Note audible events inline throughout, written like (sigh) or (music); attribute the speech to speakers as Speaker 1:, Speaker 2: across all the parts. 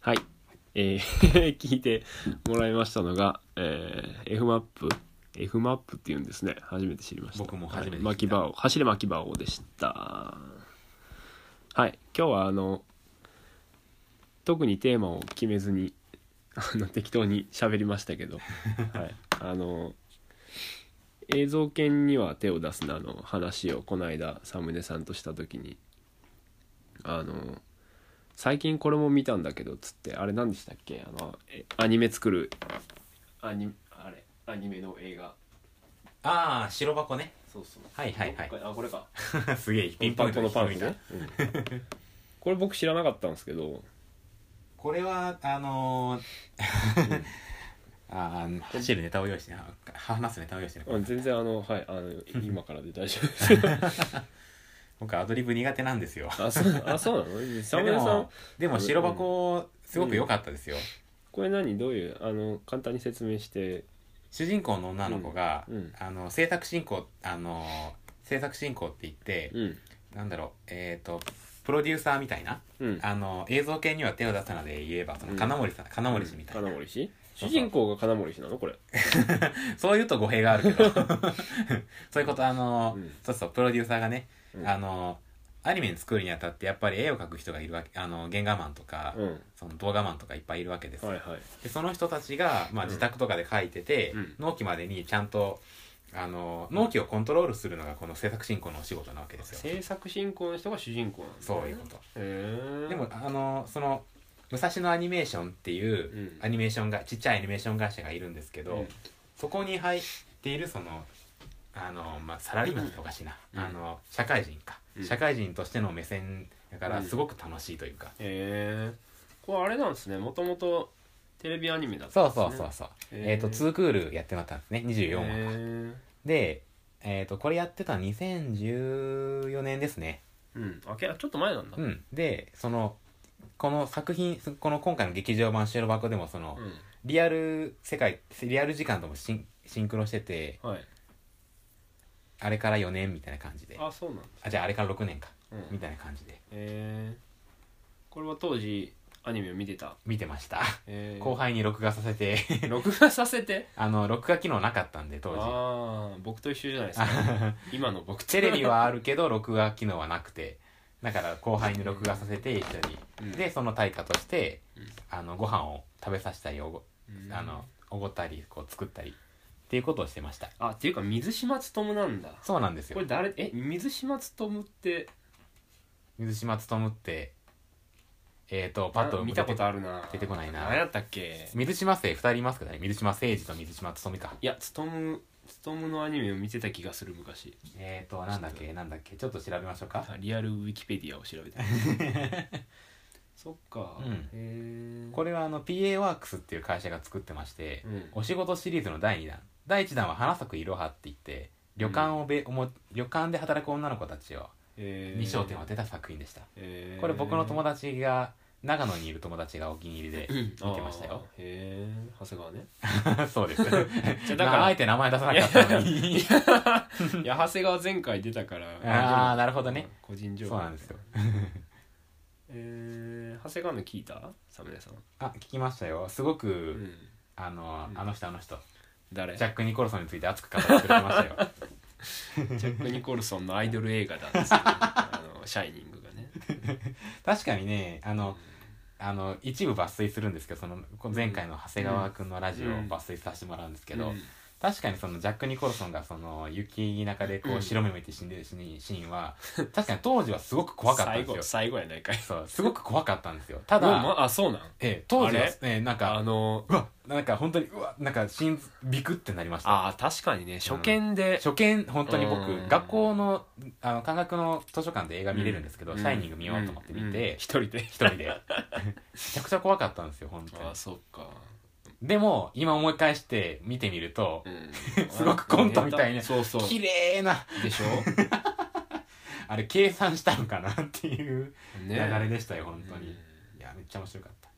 Speaker 1: はい。えー (laughs) 聞いてもらいましたのが、えー F マップ。F マップっていうんですね。初めて知りました。
Speaker 2: 僕も初めて
Speaker 1: は
Speaker 2: 知
Speaker 1: い巻き
Speaker 2: った
Speaker 1: 場を、走れ巻き場をでした。はい。今日は、あの、特にテーマを決めずに、 (laughs) あの、適当に喋りましたけど、
Speaker 2: (laughs)
Speaker 1: はい。あの、映像研には手を出すなの話をこの間サムネさんとした時にあの最近これも見たんだけどつってあれ何でしたっけあのえアニメ作るアニあれアニメの映画
Speaker 2: ああ白箱ね
Speaker 1: そうそう
Speaker 2: はいはいはい
Speaker 1: どっかあこれか
Speaker 2: (laughs) すげえピンポイント
Speaker 1: の
Speaker 2: に
Speaker 1: パン
Speaker 2: 響い
Speaker 1: フ
Speaker 2: た
Speaker 1: ね、うんこれ僕知らなかったんですけど
Speaker 2: これはあの (laughs) ーあー走るネタを用意しては話すネタを用意してる
Speaker 1: あ全然あのはいあの今からで大丈夫
Speaker 2: (laughs)
Speaker 1: です
Speaker 2: 僕アドリブ苦手なんですよ
Speaker 1: あそうあそうなのサム
Speaker 2: で
Speaker 1: ネさん
Speaker 2: もでも白箱すごく良かったですよ、
Speaker 1: これ何どういうあの簡単に説明して
Speaker 2: 主人公の女の子が、
Speaker 1: うんうん
Speaker 2: あの制作進行あの制作進行って言って、
Speaker 1: うん
Speaker 2: なんだろうえっ、とプロデューサーみたいな、
Speaker 1: うん
Speaker 2: あの映像系には手を出さないで言えばその金森さん、金森氏みたいな、
Speaker 1: 金森氏主人公が金森氏なのこれ
Speaker 2: そういうと語弊があるけ
Speaker 1: (laughs)
Speaker 2: どそういうことあの、
Speaker 1: うん
Speaker 2: そうそうプロデューサーがね、
Speaker 1: うん
Speaker 2: あのアニメに作るにあたってやっぱり絵を描く人がいるわけあの原画マンとか、
Speaker 1: うん
Speaker 2: その動画マンとかいっぱいいるわけですよ、
Speaker 1: はいはい
Speaker 2: でその人たちが、まあ、
Speaker 1: うん
Speaker 2: 自宅とかで書いてて、
Speaker 1: うん
Speaker 2: 納期までにちゃんとあの納期をコントロールするのがこの制作進行のお仕事なわけですよ
Speaker 1: 制作進行の人が主人公なんだ、ね、
Speaker 2: そういうこと
Speaker 1: へえ
Speaker 2: でもあのその武蔵野アニメーションっていう
Speaker 1: うん
Speaker 2: アニメーションが、ちっちゃいアニメーション会社がいるんですけど、
Speaker 1: うん
Speaker 2: そこに入っているそのあの、まあ、サラリーマンっておかしいな、
Speaker 1: うん
Speaker 2: あの社会人か、
Speaker 1: うん
Speaker 2: 社会人としての目線だか
Speaker 1: う
Speaker 2: ら
Speaker 1: ん
Speaker 2: すごく楽しいというか、
Speaker 1: へえこれあれなんですねもともとテレビアニメだったんで
Speaker 2: そう
Speaker 1: す、ね、
Speaker 2: そうそうそう、
Speaker 1: へー
Speaker 2: えっ、と2クールやってもらったんですね24話、
Speaker 1: へ
Speaker 2: で、えー、とこれやってたの2014年ですね、
Speaker 1: えうんあけちょっと前なんだ
Speaker 2: うん、でそのこの作品この今回の劇場版「白箱」でもその、
Speaker 1: う
Speaker 2: リアル世界リアル時間ともシンシンクロしてて
Speaker 1: んはい
Speaker 2: あれから4年みたいな感じであ
Speaker 1: あそうなんだ
Speaker 2: じゃああれから6年か、
Speaker 1: うん
Speaker 2: みたいな感じで
Speaker 1: へえこれは当時アニメを見てた
Speaker 2: 見てました、
Speaker 1: へえ
Speaker 2: 後輩に録画させて
Speaker 1: (laughs)
Speaker 2: (laughs)
Speaker 1: 録画させて
Speaker 2: あの録画機能なかったんで当時
Speaker 1: ああ僕と一緒じゃないですか今の僕と
Speaker 2: テレビはあるけど録画機能はなくてだから後輩に録画させて一緒に、
Speaker 1: うん
Speaker 2: でその対価として
Speaker 1: うん
Speaker 2: あのご飯を食べさせたりおご
Speaker 1: (laughs) うん
Speaker 2: あのおごったりこう作ったりっていうことをしてました
Speaker 1: あっていうか水島勉なんだ
Speaker 2: そうなんです
Speaker 1: こ
Speaker 2: よ
Speaker 1: れ誰え水島勉って
Speaker 2: 水島努ってえっ、とパッと
Speaker 1: あ見たことあるな
Speaker 2: 出てこないな
Speaker 1: 何やったっけ
Speaker 2: 水島生2人いますけどね水島誠二と水島努か
Speaker 1: いや勉勉のアニメを見てた気がする昔
Speaker 2: えーとなんだっけなんだっけちょっと調べましょうか
Speaker 1: あリアルウィキペディアを調
Speaker 2: (laughs)
Speaker 1: べてそっか、
Speaker 2: うん
Speaker 1: へえ
Speaker 2: これはあの PA ワークスっていう会社が作ってまして、
Speaker 1: うん
Speaker 2: お仕事シリーズの第2弾第1弾は「花咲くいろは」って言って旅館をべ、おも旅館で働く女の子たちを
Speaker 1: れ
Speaker 2: に焦点を当てた作品でした、
Speaker 1: え
Speaker 2: これ僕の友
Speaker 1: 達
Speaker 2: 達が長野にいる友達がお気に入りで見てましたよ
Speaker 1: へえ長谷川
Speaker 2: (laughs)
Speaker 1: ね
Speaker 2: そうです
Speaker 1: じゃあ (laughs) だか
Speaker 2: だかららあえて名前出さな
Speaker 1: (laughs)
Speaker 2: かったの
Speaker 1: い
Speaker 2: に
Speaker 1: や長谷川前回出たから
Speaker 2: (laughs) ああなるほどね
Speaker 1: 個人情
Speaker 2: そ
Speaker 1: 報
Speaker 2: うなんですよ
Speaker 1: えー、長谷川の聞いたサムネさん、
Speaker 2: あ聞きましたよすごく、
Speaker 1: うん、
Speaker 2: あのあの人あの人
Speaker 1: 誰
Speaker 2: ジャック・ニコルソンについて熱く語ってくれま
Speaker 1: (laughs)
Speaker 2: したよ
Speaker 1: ジャック・ニコルソンのアイドル映画
Speaker 2: (laughs)
Speaker 1: なんですけどあのシャイニングがね
Speaker 2: 確かにねあのあの一部抜粋するんですけどそのこ前回の長谷川君のラジオを
Speaker 1: うん
Speaker 2: 抜粋させてもらうんですけど、
Speaker 1: うん
Speaker 2: 確かにそのジャック・ニコルソンがその雪中でこ
Speaker 1: うん
Speaker 2: う白目向いて死んでるシーンは確かに当時はすごく怖かったんですよ
Speaker 1: 最後最後やないかい
Speaker 2: そうすごく怖かったんですよた
Speaker 1: もう
Speaker 2: だ、
Speaker 1: まあそうなん
Speaker 2: ええ当時
Speaker 1: あ
Speaker 2: は
Speaker 1: れ、
Speaker 2: ええなん
Speaker 1: あ
Speaker 2: か
Speaker 1: の
Speaker 2: うわなんか本当にうわなんか心ビクってなりました
Speaker 1: あー確かにね初見で、
Speaker 2: 初見本当に僕
Speaker 1: うん
Speaker 2: 学校のあの科学の図書館で映画見れるんですけど「
Speaker 1: う
Speaker 2: シャイニング」見ようと思って見
Speaker 1: うんうん
Speaker 2: て
Speaker 1: 一人で
Speaker 2: 一人でめちゃくちゃ怖かったんですよ本当
Speaker 1: あ
Speaker 2: に
Speaker 1: あそっか、
Speaker 2: でも今思い返して見てみると
Speaker 1: うん
Speaker 2: (laughs) すごくコントみたいね
Speaker 1: そうそう
Speaker 2: 綺麗な
Speaker 1: で (laughs) しょ
Speaker 2: あれ計算したのかなっていう流
Speaker 1: ね
Speaker 2: れでしたよ本当
Speaker 1: う
Speaker 2: に
Speaker 1: ん
Speaker 2: いやめっちゃ面白かった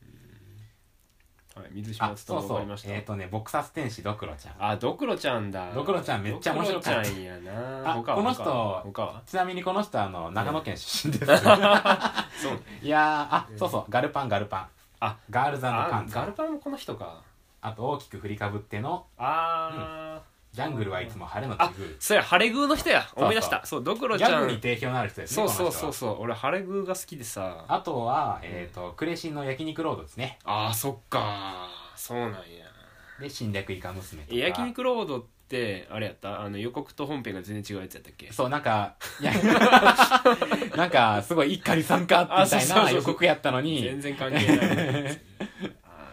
Speaker 1: はい水島
Speaker 2: あ
Speaker 1: つと
Speaker 2: そう
Speaker 1: 分
Speaker 2: そ
Speaker 1: かり
Speaker 2: う
Speaker 1: ました
Speaker 2: えっとねボクサス天使ドクロちゃん
Speaker 1: あドクロちゃんだ
Speaker 2: ドクロちゃんめっちゃ面白かった
Speaker 1: ドクロちゃんやな
Speaker 2: あ
Speaker 1: 他は
Speaker 2: この人
Speaker 1: 他は他は
Speaker 2: ちなみにこの
Speaker 1: (laughs)
Speaker 2: 人はあの長野県出身です
Speaker 1: そう
Speaker 2: (laughs) いやーあそうそうガルパンガルパン
Speaker 1: あ
Speaker 2: ガールズパ
Speaker 1: あ
Speaker 2: ンツ
Speaker 1: ガ
Speaker 2: あ
Speaker 1: ルパンもこの人か
Speaker 2: と大きく振りかぶっての
Speaker 1: あ
Speaker 2: ジャングルはいつも晴れのち
Speaker 1: あ
Speaker 2: グー
Speaker 1: そうやハレグーの人や
Speaker 2: うそう
Speaker 1: 思い出したそうドクロ
Speaker 2: ギ
Speaker 1: ちゃ
Speaker 2: ャグに
Speaker 1: ん
Speaker 2: 定評のある人ですね
Speaker 1: そうそう
Speaker 2: この人
Speaker 1: そ
Speaker 2: は
Speaker 1: うそう俺ハレグーが好きでさ
Speaker 2: あとは、えー、とクレシンの焼肉ロードですね
Speaker 1: あーそっかそうなんや
Speaker 2: で侵略イカ娘とか
Speaker 1: え焼肉ロードってあれやったあの予告と本編が全然違うやつやったっけ
Speaker 2: そうなんか
Speaker 1: (laughs)
Speaker 2: いやなんかすごい一家に参加みたい
Speaker 1: あそうそうそう
Speaker 2: な
Speaker 1: そう
Speaker 2: 予告やったの
Speaker 1: 全
Speaker 2: に
Speaker 1: 然関係ない (laughs) あー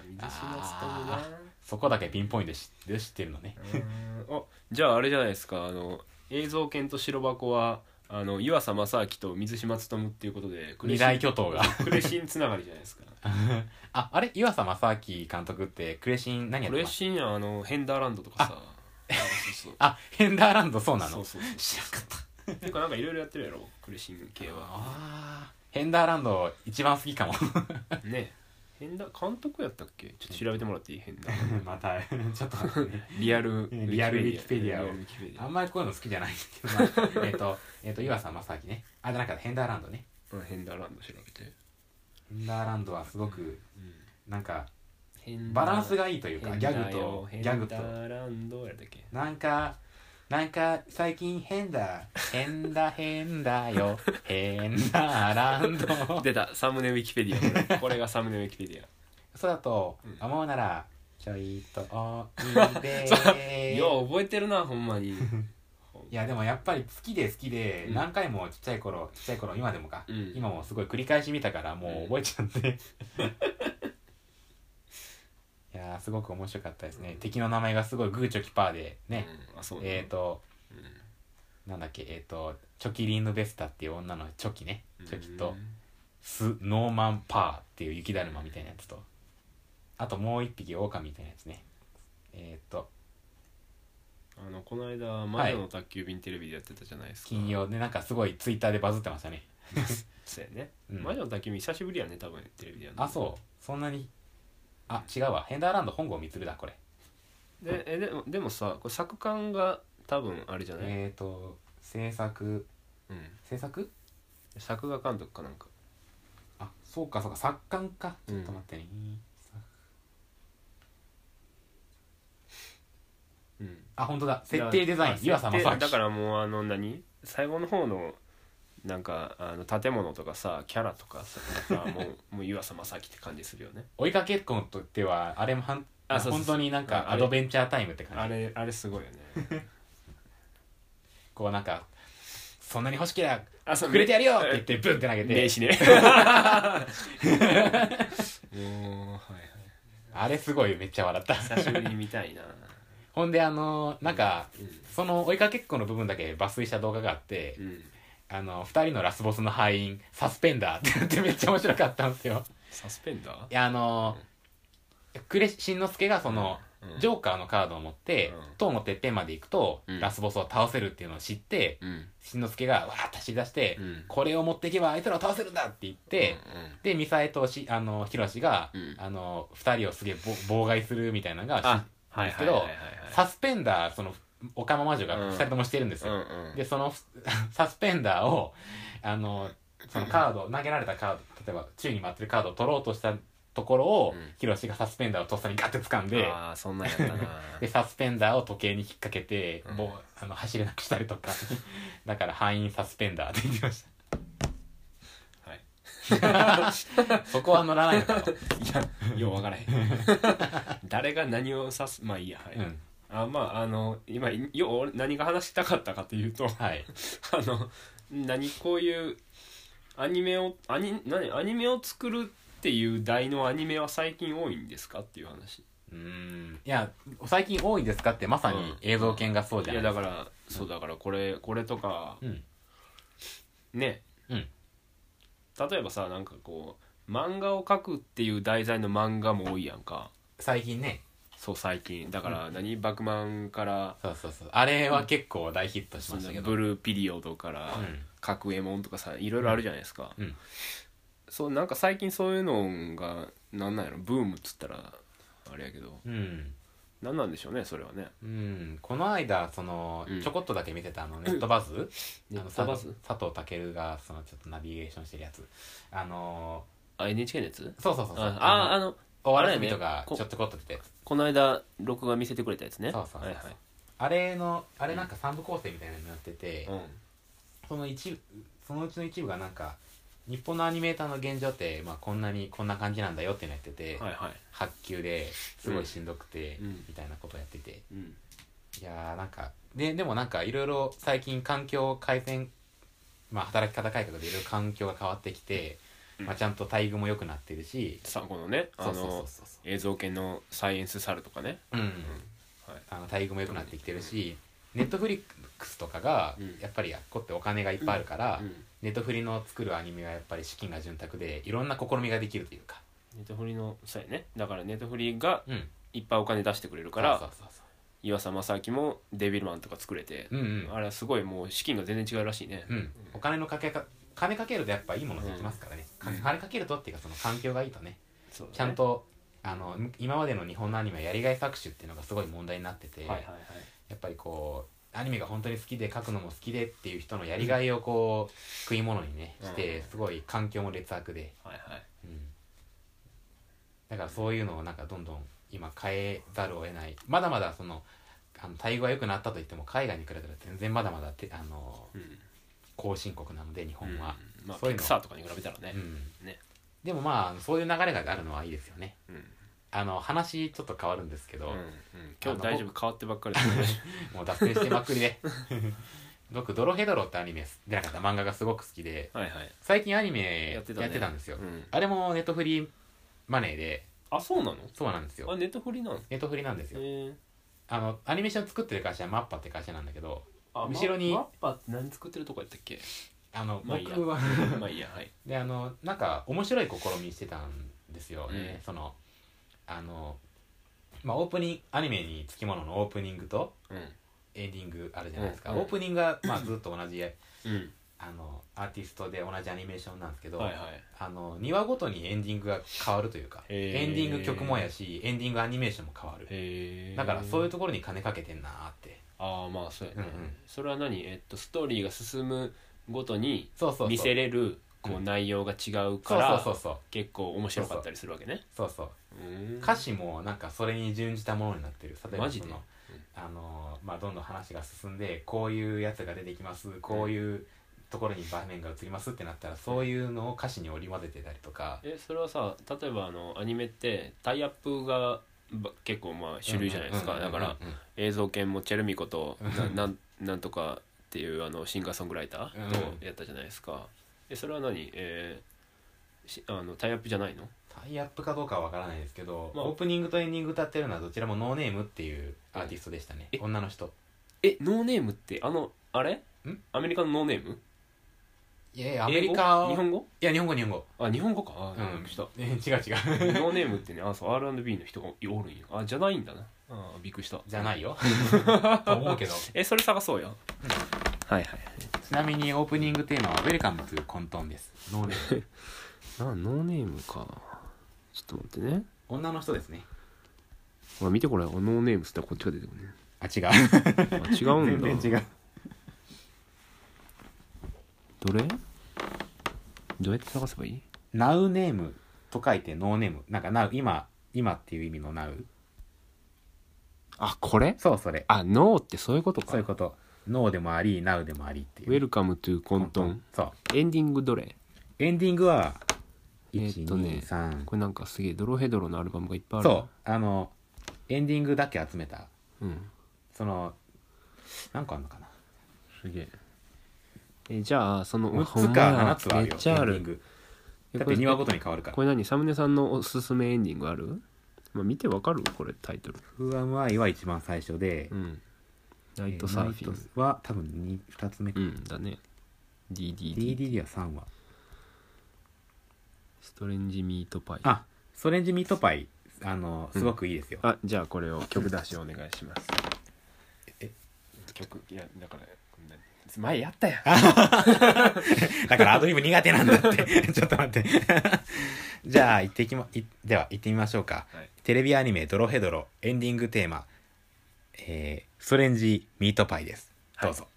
Speaker 1: 水島
Speaker 2: そこだけピンポイントで知で知ってるのね
Speaker 1: 努なうーんあじゃああれじゃないですかあの映像犬と白箱はあの湯浅正明と水島努っていうことで
Speaker 2: 二大巨頭が
Speaker 1: クレシンつながりじゃないです (laughs) か
Speaker 2: (laughs) ああれ岩佐正明監督ってクレシン何やっ
Speaker 1: ク
Speaker 2: て
Speaker 1: レ
Speaker 2: ました
Speaker 1: シンやあのヘンダーランドとかさそうそう
Speaker 2: あヘンダーランドそうなの
Speaker 1: そうそうそう
Speaker 2: 知らなかった
Speaker 1: っていうかなんかいろいろやってるやろクレシン系は
Speaker 2: あーヘンダーランド一番好きかも
Speaker 1: ね変だ監督やったっけちょっと調べてもらっていい変だ
Speaker 2: (laughs) またちょっと待ってね
Speaker 1: リアル
Speaker 2: リアルウィキペディアを
Speaker 1: リウィキペディ
Speaker 2: (laughs) あ
Speaker 1: ア
Speaker 2: んまりこういうの好きじゃないん (laughs) ですけど、まあえっと、えっと、岩佐正明ね。あ、じゃなくて、ヘンダーランドね。
Speaker 1: うんヘンダーランド調べて
Speaker 2: ヘンダーランドはすごく、なんか、
Speaker 1: 変
Speaker 2: バランス
Speaker 1: が
Speaker 2: がいいというか、ギャグと、ギャグと
Speaker 1: ヘ、ンダーランドやったっけ
Speaker 2: なんか、なんか、最近変だ、変だ、変だ (laughs) よ、変だランド。
Speaker 1: 出たサムネウィキペディアこれ
Speaker 2: (laughs)
Speaker 1: これがサムネウィキペディア
Speaker 2: そうだと
Speaker 1: うん、
Speaker 2: 思うなら、ちょいと、お
Speaker 1: (laughs)
Speaker 2: いで
Speaker 1: よう覚えてるなほんまに
Speaker 2: いやでもやっぱり好きで好きで
Speaker 1: うん
Speaker 2: 何回もちっちゃい頃ちっちゃい頃今でもか、
Speaker 1: うん
Speaker 2: 今もすごい繰り返し見たからもう覚えちゃって、 (laughs) いやーすごく面白かったですね、敵の名前がすごいグーチョキパーでね、
Speaker 1: うんあそう
Speaker 2: えっ、ー、となんだっけえっ、とチョキリンヌベスタっていう女のチョキねチョキとスノーマンパーっていう雪だるまみたいなやつとあともう一匹狼みたいなやつねえっ、と
Speaker 1: あのこの間魔女の宅急便テレビでやってたじゃないですか
Speaker 2: 金曜でなんかすごいツイッターでバズってましたね
Speaker 1: そうやね
Speaker 2: うん
Speaker 1: 魔女の宅急便久しぶりやね多分テレビでやるの
Speaker 2: あそうそんなにあ違うわヘンダーランド本郷光だこれ
Speaker 1: でえでもでもさこれ作感が多分あれじゃない、
Speaker 2: えー、と制作
Speaker 1: うん、
Speaker 2: 制作
Speaker 1: 作画監督かなんか
Speaker 2: あそうかそうか作家か
Speaker 1: う
Speaker 2: ちょ
Speaker 1: ん
Speaker 2: っと待ってね、
Speaker 1: うん
Speaker 2: あ本当だ設定デザイ
Speaker 1: あ
Speaker 2: ン岩佐
Speaker 1: 設定
Speaker 2: 正明
Speaker 1: だからもうあの何最後の方のなんかあの建物とかさキャラとかさ
Speaker 2: (laughs)
Speaker 1: なんかもうもう湯浅正明って感じするよね
Speaker 2: 追いかけっこにとってはあれもはん
Speaker 1: あそうそう
Speaker 2: 本当になん
Speaker 1: うん
Speaker 2: か
Speaker 1: あ
Speaker 2: ア
Speaker 1: れ
Speaker 2: ドベンチャータイムって
Speaker 1: (laughs) あ
Speaker 2: 感じ
Speaker 1: れあれすごいよね
Speaker 2: こうなんかそんなに欲しけりゃ
Speaker 1: あそ (laughs)
Speaker 2: くれてやるよって言
Speaker 1: え
Speaker 2: ってブンって投げ
Speaker 1: 名
Speaker 2: て
Speaker 1: 刺ね (laughs) もうはいはい
Speaker 2: あれすごいめっちゃ笑った
Speaker 1: 久しぶりに見たいな
Speaker 2: ほんであのーなんか
Speaker 1: う
Speaker 2: その追いかけっこの部分だけ抜粋した動画があって、
Speaker 1: ん、うん、
Speaker 2: あの2人のラスボスの敗因サスペンダーってなってめっちゃ面白かったんですよ
Speaker 1: サスペンダー
Speaker 2: いやあの呉しんのすけがその、
Speaker 1: うん
Speaker 2: ジョーカーのカードを持って、
Speaker 1: うん
Speaker 2: 塔のてっぺんまで行くと、
Speaker 1: うん
Speaker 2: ラスボスを倒せるっていうのを知って
Speaker 1: うん
Speaker 2: しんのすけがわーっと走り出して、
Speaker 1: うん
Speaker 2: これを持っていけばあいつらを倒せるんだって言って、でミサエとしあのヒロシが、
Speaker 1: うん
Speaker 2: あの2人をすげえぼ妨害するみたいなのが
Speaker 1: あ
Speaker 2: しん
Speaker 1: はい
Speaker 2: です
Speaker 1: は
Speaker 2: け
Speaker 1: いはい
Speaker 2: ど、
Speaker 1: はい
Speaker 2: サスペンダーそのオカマ魔女が2人ともしてるんですよ、
Speaker 1: うんうん
Speaker 2: でその (laughs) サスペンダーをあのそのカード投げられたカード例えば宙に舞ってるカードを取ろうとしたところを、
Speaker 1: うん
Speaker 2: ヒロシがサスペンダーをとっさにガッて掴んで
Speaker 1: ああそんなんやったな (laughs)
Speaker 2: でサスペンダーを時計に引っ掛けて、
Speaker 1: うん
Speaker 2: もうあの走れなくしたりとかだから範囲サスペンダーって言ってまし
Speaker 1: はい
Speaker 2: たそこは乗らないのか (laughs) と、
Speaker 1: いやよう分からへん誰が何を指すまあいいやはい、
Speaker 2: うん、
Speaker 1: あまああの今よう俺何が話したかったかというと (laughs) あ
Speaker 2: はい
Speaker 1: の何こういうアニメをアニ何アニメを作るっていう題のアニメは最近多いんですかっていう話
Speaker 2: うーんいや最近多いですかってまさに映像犬がそうじゃ
Speaker 1: い
Speaker 2: な
Speaker 1: や
Speaker 2: いで
Speaker 1: だ
Speaker 2: すか、
Speaker 1: からそうだからこれこれとか
Speaker 2: うん
Speaker 1: ね
Speaker 2: うん
Speaker 1: 例えばさなんかこう漫画を描くっていう題材の漫画も多いやんか
Speaker 2: 最近ね
Speaker 1: そう最近だから何、バクマンから
Speaker 2: そうそうそうあれは結構大ヒットしましたけど、
Speaker 1: ブルーピリオドから
Speaker 2: うん
Speaker 1: 「角右衛門」とかさいろいろあるじゃないですか、
Speaker 2: うん
Speaker 1: そうなんか最近そういうのがなんなんやろブームっつったらあれやけど
Speaker 2: うん
Speaker 1: なんなんでしょうねそれはね
Speaker 2: うん、この間その、
Speaker 1: うん
Speaker 2: ちょこっとだけ見てたあのネットバズ
Speaker 1: ネッ
Speaker 2: あの
Speaker 1: トバズ
Speaker 2: さ佐藤健がそのちょっとナビゲーションしてるやつあのー
Speaker 1: あ NHK のやつ
Speaker 2: そうそうそうそう
Speaker 1: あああの
Speaker 2: お
Speaker 1: あれ
Speaker 2: 笑
Speaker 1: や
Speaker 2: い
Speaker 1: ね
Speaker 2: 日とか
Speaker 1: こ
Speaker 2: ちょっとこっと出てて
Speaker 1: この間録画見せてくれたやつね
Speaker 2: そうそうそうそう
Speaker 1: はいはい
Speaker 2: あれのあれなんか三部構成みたいなのになってて、
Speaker 1: うん
Speaker 2: その一部そのうちの一部がなんか日本のアニメーターの現状って、まあ、こんなにこんな感じなんだよっていうのやってて、
Speaker 1: はいはい
Speaker 2: 発給ですごいしんどくて、
Speaker 1: うん
Speaker 2: みたいなことやってて
Speaker 1: うん
Speaker 2: いやーなんかででもなんかいろいろ最近環境改善まあ働き方改革でいろいろ環境が変わってきて、まあ、ちゃんと待遇も良くなってるし、
Speaker 1: さこのね
Speaker 2: そ
Speaker 1: あ
Speaker 2: うそうそう
Speaker 1: の
Speaker 2: そう
Speaker 1: 映像系のサイエンスサルとかね
Speaker 2: うん、
Speaker 1: はい
Speaker 2: あの待遇も良くなってきてるし、ネットフリックスとかが
Speaker 1: うん
Speaker 2: やっぱりこってお金がいっぱいあるから、
Speaker 1: うん
Speaker 2: ネットフリの作るアニメはやっぱり資金が潤沢でいろんな試みができるというか、
Speaker 1: ネトフリのそうやねだからネトフリが
Speaker 2: うん、
Speaker 1: いっぱいお金出してくれるか
Speaker 2: そ
Speaker 1: ら
Speaker 2: うそうそう
Speaker 1: 岩佐正明もデビルマンとか作れて
Speaker 2: そううんうん
Speaker 1: あれはすごいもう資金が全然違うらしいね
Speaker 2: うん、お金のかけか金かけるとやっぱいいものできますからね、か金かけるとっていうかその環境がいいとね
Speaker 1: そうだね
Speaker 2: ちゃんとあの今までの日本のアニメはやりがい搾取っていうのがすごい問題になってて、
Speaker 1: はいはいはい
Speaker 2: やっぱりこうアニメが本当に好きで描くのも好きでっていう人のやりがいをこう食い物にねして
Speaker 1: うん
Speaker 2: すごい環境も劣悪で、
Speaker 1: はいはい
Speaker 2: うん、だからそういうのをなんかどんどん今変えざるを得ないまだまだそのあの待遇は良くなったといっても海外に比べたら全然まだまだてあの
Speaker 1: うん
Speaker 2: 後進国なので日本は、
Speaker 1: うんまあ
Speaker 2: そうい
Speaker 1: ピ
Speaker 2: うの
Speaker 1: クサーとかに比べたらね
Speaker 2: うん
Speaker 1: ね
Speaker 2: でもまあそういう流れがあるのはいいですよね
Speaker 1: うん
Speaker 2: あの話ちょっと変わるんですけ
Speaker 1: う
Speaker 2: ど、
Speaker 1: んうん今日大丈夫変わってばっかりだね
Speaker 2: (laughs) もう脱線してまっくりで僕「ドロヘドロ」ってアニメす出なかった漫画がすごく好きで
Speaker 1: はいはい
Speaker 2: 最近アニメや
Speaker 1: や
Speaker 2: っ
Speaker 1: ってて
Speaker 2: た,、
Speaker 1: たね
Speaker 2: んですよ、
Speaker 1: うん
Speaker 2: あれもネットフリーマネーで
Speaker 1: あそうなの
Speaker 2: そうなんですよ
Speaker 1: あネトフリなの
Speaker 2: ネットフリーなんですよ
Speaker 1: へえ
Speaker 2: あのアニメーション作ってる会社はマッパって会社なんだけど
Speaker 1: あ
Speaker 2: 後ろに
Speaker 1: ママッパって何作ってるとこやったっ
Speaker 2: (laughs)
Speaker 1: け
Speaker 2: あの
Speaker 1: まあいいや
Speaker 2: 僕は
Speaker 1: まあいいやはい
Speaker 2: であのなんか面白い試みしてたんですよね、
Speaker 1: うん
Speaker 2: そのあのまあオープニングアニメにつきもののオープニングと
Speaker 1: うん
Speaker 2: エンディングあるじゃないですか、
Speaker 1: うん
Speaker 2: オープニングは、まあ、ずっと同じ
Speaker 1: うん
Speaker 2: あのアーティストで同じアニメーションなんですけど、
Speaker 1: はいはい
Speaker 2: あの2話ごとにエンディングが変わるというか
Speaker 1: へー
Speaker 2: エンディング曲もやしエンディングアニメーションも変わる
Speaker 1: へえ
Speaker 2: だからそういうところに金かけてんなーって
Speaker 1: ああまあそうやね、
Speaker 2: うんうん
Speaker 1: それは何えっとストーリーが進むごとに
Speaker 2: そうそうそう
Speaker 1: 見せれる
Speaker 2: うん
Speaker 1: こう内容が違う
Speaker 2: そ
Speaker 1: か
Speaker 2: う
Speaker 1: ら、
Speaker 2: そうそうそう
Speaker 1: 結構面白かったりするわけね
Speaker 2: そうそう
Speaker 1: うん
Speaker 2: 歌詞もなんかそれに準じたものになってる例えば
Speaker 1: マジ
Speaker 2: そ
Speaker 1: で
Speaker 2: の、あのまあ、どんどん話が進んでこういうやつが出てきますこういうところに場面が映りますってなったらそういうのを歌詞に織り交ぜてたりとか
Speaker 1: えそれはさ例えばあのアニメってタイアップがば結構まあ主流じゃないですか、
Speaker 2: うんうんうん
Speaker 1: だ
Speaker 2: うん
Speaker 1: から映像犬もチェルミコとな (laughs) なんなんとかっていうあのシンガーソングライター
Speaker 2: うん
Speaker 1: とやったじゃないですか、えそれは何えーしあのタイアップじゃないの
Speaker 2: タイアップかどうかはわからないですけど、
Speaker 1: まあ
Speaker 2: オープニングとエンディング歌ってるのはどちらもノーネームっていうアーティストでしたね、
Speaker 1: え
Speaker 2: 女の人
Speaker 1: えノーネームってあのあれ
Speaker 2: ん
Speaker 1: アメリカのノーネーム
Speaker 2: いやいやアメリカ
Speaker 1: 英語日本語
Speaker 2: いや日本語日本語
Speaker 1: あ日本語かあ
Speaker 2: う
Speaker 1: びっ
Speaker 2: ん
Speaker 1: くりした (laughs)
Speaker 2: え違う違う (laughs)
Speaker 1: ノーネームってねあそう R&B の人がおるんやあじゃないんだなあびっくりした
Speaker 2: じゃ (laughs) ないよと思うけど
Speaker 1: えそれ探そうよ、はいはい
Speaker 2: ちなみにオープニングテーマは「ウェルカムトゥ混沌」ですノーネーム
Speaker 1: なノーネームかちょっと待ってね
Speaker 2: 女の人ですね
Speaker 1: ほら見てこれノーネームっつったらこっちが出てくるね
Speaker 2: あ違う
Speaker 1: あ違うんだ
Speaker 2: 全然違う
Speaker 1: どれどうやって探せばいい
Speaker 2: 「ナウネーム」と書いて「ノーネーム」なんか「ナウ」今今っていう意味の「ナウ
Speaker 1: あこれ」
Speaker 2: そうそれ
Speaker 1: あノーってそういうことか
Speaker 2: そういうこと「ノー」でもあり「ナウ」でもありっていう
Speaker 1: ウェルカムトゥコントン
Speaker 2: そう
Speaker 1: エンディングどれ
Speaker 2: エンディングは
Speaker 1: えーっとね
Speaker 2: 123、
Speaker 1: これなんかすげえドロヘドロのアルバムがいっぱいある
Speaker 2: そうあのエンディングだけ集めた
Speaker 1: ううん
Speaker 2: その何個あんのかな
Speaker 1: すげええじゃあその
Speaker 2: 6つか7つはある
Speaker 1: め
Speaker 2: よ
Speaker 1: っちゃあ
Speaker 2: エンディン
Speaker 1: る
Speaker 2: グだって2話ごとに変わるから
Speaker 1: これ何サムネさんのおすすめエンディングある、まあ、見てわかるこれタイトル
Speaker 2: 「フーアムアイ」は一番最初で
Speaker 1: うん
Speaker 2: 「
Speaker 1: ナ
Speaker 2: ナ
Speaker 1: イトサーフィン、
Speaker 2: ン」は多分 2, 二つ目
Speaker 1: うんだね DDD
Speaker 2: DDD は3話
Speaker 1: ストレンジミートパイ
Speaker 2: あストレンジミートパイあのすごくいいですよ、
Speaker 1: あじゃあこれを曲出しお願いします
Speaker 2: え
Speaker 1: 曲いやだからこんなに前やったやん
Speaker 2: (laughs) だからアドリブ苦手なんだって (laughs) ちょっと待ってじゃあ行ってきまいでは行ってみましょうか
Speaker 1: はい
Speaker 2: テレビアニメ「ドロヘドロ」エンディングテーマ、えー、ストレンジミートパイですどうぞ、